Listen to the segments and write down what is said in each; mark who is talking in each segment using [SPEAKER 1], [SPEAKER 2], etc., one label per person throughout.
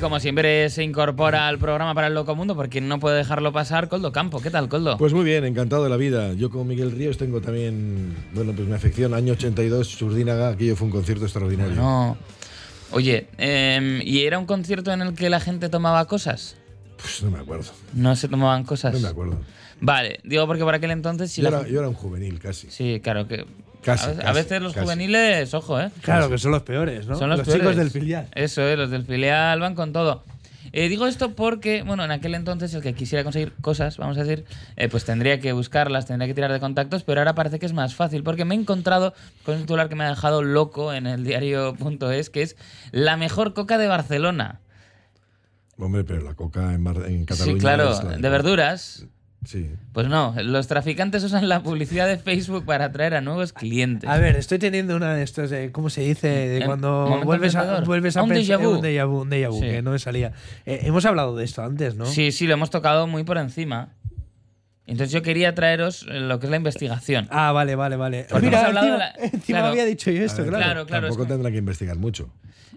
[SPEAKER 1] como siempre, se incorpora al programa para el Locomundo porque no puede dejarlo pasar Coldo Campo. ¿Qué tal, Coldo?
[SPEAKER 2] Pues muy bien, encantado de la vida. Yo con Miguel Ríos tengo también, bueno, pues mi afección. Año 82, Surdínaga, aquello fue un concierto extraordinario.
[SPEAKER 1] No. Oye, em, ¿y era un concierto en el que la gente tomaba cosas?
[SPEAKER 2] Pues no me acuerdo,
[SPEAKER 1] No se tomaban
[SPEAKER 2] no
[SPEAKER 1] cosas.
[SPEAKER 2] me acuerdo.
[SPEAKER 1] Vale, digo porque para aquel entonces si
[SPEAKER 2] Yo
[SPEAKER 1] la
[SPEAKER 2] era, yo era un juvenil casi.
[SPEAKER 1] Sí, claro que.
[SPEAKER 2] Casi,
[SPEAKER 1] a, veces, a
[SPEAKER 2] casi,
[SPEAKER 1] veces los
[SPEAKER 2] casi.
[SPEAKER 1] juveniles, ojo, ¿eh?
[SPEAKER 3] Claro, que son los peores, ¿no?
[SPEAKER 1] Son los,
[SPEAKER 3] chicos
[SPEAKER 1] peores.
[SPEAKER 3] del filial.
[SPEAKER 1] Eso, ¿eh? los del filial van con todo. Eh, digo esto porque, bueno, en aquel entonces el que quisiera conseguir cosas, vamos a decir, eh, pues tendría que buscarlas, tendría que tirar de contactos, pero ahora parece que es más fácil porque me he encontrado con un titular que me ha dejado loco en el diario.es, que es la mejor coca de Barcelona.
[SPEAKER 2] Hombre, pero la coca en, Mar- en Cataluña.
[SPEAKER 1] sí, claro,
[SPEAKER 2] es la-
[SPEAKER 1] de verduras.
[SPEAKER 2] Sí.
[SPEAKER 1] Pues no, los traficantes usan la publicidad de Facebook para atraer a nuevos clientes.
[SPEAKER 3] A ver, estoy teniendo una de estas de, ¿cómo se dice? De
[SPEAKER 1] Eh,
[SPEAKER 3] cuando
[SPEAKER 1] momento
[SPEAKER 3] vuelves a,
[SPEAKER 1] emprendedor.
[SPEAKER 3] vuelves a
[SPEAKER 1] Un déjà
[SPEAKER 3] pensar-
[SPEAKER 1] vu.
[SPEAKER 3] Un déjà vu, un déjà vu,
[SPEAKER 1] Sí.
[SPEAKER 3] que no me salía. Eh, hemos hablado de esto antes, ¿no?
[SPEAKER 1] Sí, sí, lo hemos tocado muy por encima. Entonces yo quería traeros eh, lo que es la investigación.
[SPEAKER 3] Ah, vale, vale, vale.
[SPEAKER 1] Porque
[SPEAKER 3] Mira,
[SPEAKER 1] hemos hablado de
[SPEAKER 3] encima,
[SPEAKER 1] la-
[SPEAKER 3] encima
[SPEAKER 1] claro.
[SPEAKER 3] había dicho yo esto,
[SPEAKER 2] A ver,
[SPEAKER 3] Este,
[SPEAKER 1] claro, claro,
[SPEAKER 3] claro.
[SPEAKER 2] Ah, Tampoco
[SPEAKER 1] es como-
[SPEAKER 2] tendrá que investigar mucho.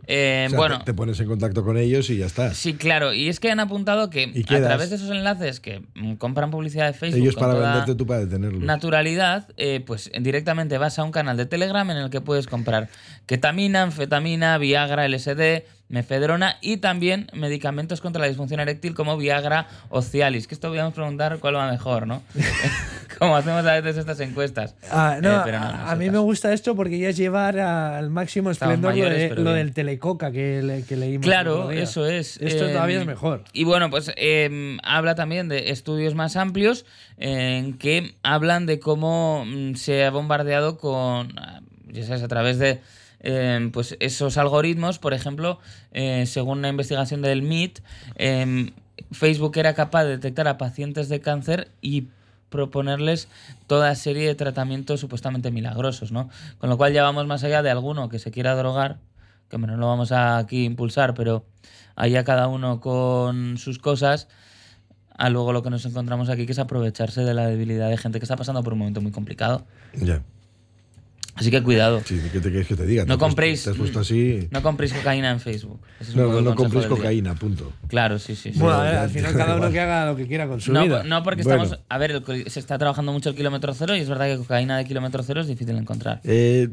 [SPEAKER 1] Eh,
[SPEAKER 2] O sea,
[SPEAKER 1] bueno,
[SPEAKER 2] te, te pones en contacto con ellos y ya está.
[SPEAKER 1] sí, claro. Y es que han apuntado que
[SPEAKER 2] Y
[SPEAKER 1] a
[SPEAKER 2] quedas.
[SPEAKER 1] través de esos enlaces que mm, compran publicidad de Facebook
[SPEAKER 2] ellos
[SPEAKER 1] con
[SPEAKER 2] para
[SPEAKER 1] toda
[SPEAKER 2] venderte, tú para detenerlos.
[SPEAKER 1] naturalidad, eh, pues directamente vas a un canal de Telegram en el que puedes comprar ketamina, anfetamina, Viagra, LSD, mefedrona y también medicamentos contra la disfunción eréctil como Viagra o Cialis. Que esto podríamos preguntar cuál va mejor, ¿no? como hacemos a veces estas encuestas.
[SPEAKER 3] Ah, no,
[SPEAKER 1] Eh, pero no, no
[SPEAKER 3] a,
[SPEAKER 1] es
[SPEAKER 3] a
[SPEAKER 1] el
[SPEAKER 3] mí me
[SPEAKER 1] caso.
[SPEAKER 3] gusta esto porque ya es llevar a- al máximo
[SPEAKER 1] Estamos
[SPEAKER 3] esplendor lo,
[SPEAKER 1] mayores,
[SPEAKER 3] de-
[SPEAKER 1] pero
[SPEAKER 3] lo
[SPEAKER 1] bien.
[SPEAKER 3] del telecoca que, le- que leímos. el
[SPEAKER 1] Claro,
[SPEAKER 3] otro día.
[SPEAKER 1] eso es.
[SPEAKER 3] Esto
[SPEAKER 1] Eh,
[SPEAKER 3] todavía es mejor.
[SPEAKER 1] Y bueno, pues eh, habla también de estudios más amplios eh, que hablan de cómo mm, se ha bombardeado con, ah, ya sabes, a través de eh, pues esos algoritmos, por ejemplo, eh, según una investigación del MIT, eh, Facebook era capaz de detectar a pacientes de cáncer y proponerles toda serie de tratamientos supuestamente milagrosos, ¿no? Con lo cual ya vamos más allá de alguno que se quiera drogar, que hombre, no lo vamos a aquí impulsar, pero allá cada uno con sus cosas, a luego lo que nos encontramos aquí que es aprovecharse de la debilidad de gente que está pasando por un momento muy complicado.
[SPEAKER 2] Ya.
[SPEAKER 1] Así que cuidado,
[SPEAKER 2] Sí, ¿qué te quieres que te diga?
[SPEAKER 1] No
[SPEAKER 2] Te has puesto-
[SPEAKER 1] compréis- Mm.
[SPEAKER 2] Te has puesto así.
[SPEAKER 1] no compréis cocaína en Facebook. Ese es un
[SPEAKER 2] No,
[SPEAKER 1] poco
[SPEAKER 2] no,
[SPEAKER 1] el
[SPEAKER 2] no
[SPEAKER 1] consejo
[SPEAKER 2] compréis
[SPEAKER 1] del día.
[SPEAKER 2] cocaína, punto.
[SPEAKER 1] Claro, sí, sí. sí.
[SPEAKER 3] Bueno,
[SPEAKER 2] ya-
[SPEAKER 3] a ver, al
[SPEAKER 2] ya
[SPEAKER 3] final
[SPEAKER 2] da
[SPEAKER 3] cada uno
[SPEAKER 2] igual.
[SPEAKER 3] que haga lo que quiera con su
[SPEAKER 1] No,
[SPEAKER 3] vida.
[SPEAKER 1] no porque
[SPEAKER 2] Bueno.
[SPEAKER 1] estamos... A ver, el co- se está trabajando mucho el kilómetro cero y es verdad que cocaína de kilómetro cero es difícil encontrar.
[SPEAKER 2] Eh,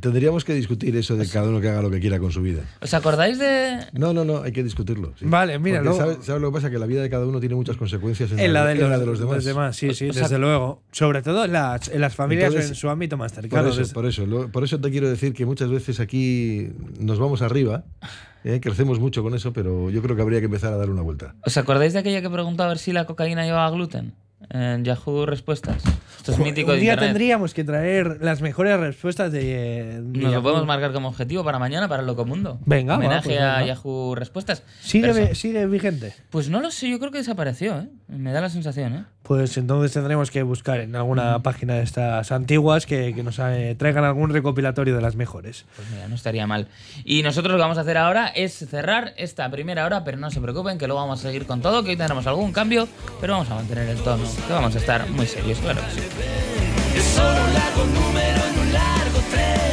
[SPEAKER 2] tendríamos que discutir eso
[SPEAKER 1] Pues-
[SPEAKER 2] de cada uno que haga lo que quiera con su vida.
[SPEAKER 1] ¿Os acordáis de,
[SPEAKER 2] No, no, no, hay que discutirlo. sí.
[SPEAKER 3] Vale, mira,
[SPEAKER 2] Porque
[SPEAKER 3] luego-
[SPEAKER 2] ¿sabes, sabes lo que pasa? Que la vida de cada uno tiene muchas consecuencias en,
[SPEAKER 3] En la de los,
[SPEAKER 2] de los demás.
[SPEAKER 3] sí, sí,
[SPEAKER 1] O sea-
[SPEAKER 3] desde luego. Sobre todo en las, en las familias
[SPEAKER 2] Entonces,
[SPEAKER 3] o en su ámbito más
[SPEAKER 2] Por,
[SPEAKER 3] cercano.
[SPEAKER 2] eso,
[SPEAKER 3] desde-
[SPEAKER 2] por, eso, lo- por eso te quiero decir que muchas veces aquí nos vamos arriba, eh, crecemos mucho con eso, pero yo creo que habría que empezar a dar una vuelta.
[SPEAKER 1] ¿Os acordáis de aquella que preguntó a ver si la cocaína llevaba gluten? En Yahoo Respuestas. Esto es mítico
[SPEAKER 3] Un
[SPEAKER 1] de
[SPEAKER 3] día
[SPEAKER 1] internet.
[SPEAKER 3] tendríamos que traer las mejores respuestas de. eh, de
[SPEAKER 1] Nos lo
[SPEAKER 3] Yahoo.
[SPEAKER 1] podemos marcar como objetivo para mañana, para el Locomundo.
[SPEAKER 3] Venga, va,
[SPEAKER 1] Homenaje
[SPEAKER 3] pues
[SPEAKER 1] a
[SPEAKER 3] venga.
[SPEAKER 1] Yahoo Respuestas.
[SPEAKER 3] ¿Sigue,
[SPEAKER 1] Pero
[SPEAKER 3] vi- sigue vigente.
[SPEAKER 1] eso- Pues no lo sé, yo creo que desapareció, ¿eh? Me da la sensación, ¿eh?
[SPEAKER 3] Pues entonces tendremos que buscar en
[SPEAKER 2] Mm.
[SPEAKER 3] alguna página de estas antiguas que, que nos eh, traigan algún recopilatorio de las mejores.
[SPEAKER 1] Pues mira, no estaría mal. Y nosotros lo que vamos a hacer ahora es cerrar esta primera hora, pero no se preocupen que luego vamos a seguir con todo, que hoy tendremos algún cambio, pero vamos a mantener el tono, que vamos a estar muy serios, claro que sí.
[SPEAKER 4] Es solo un largo número en un largo tren.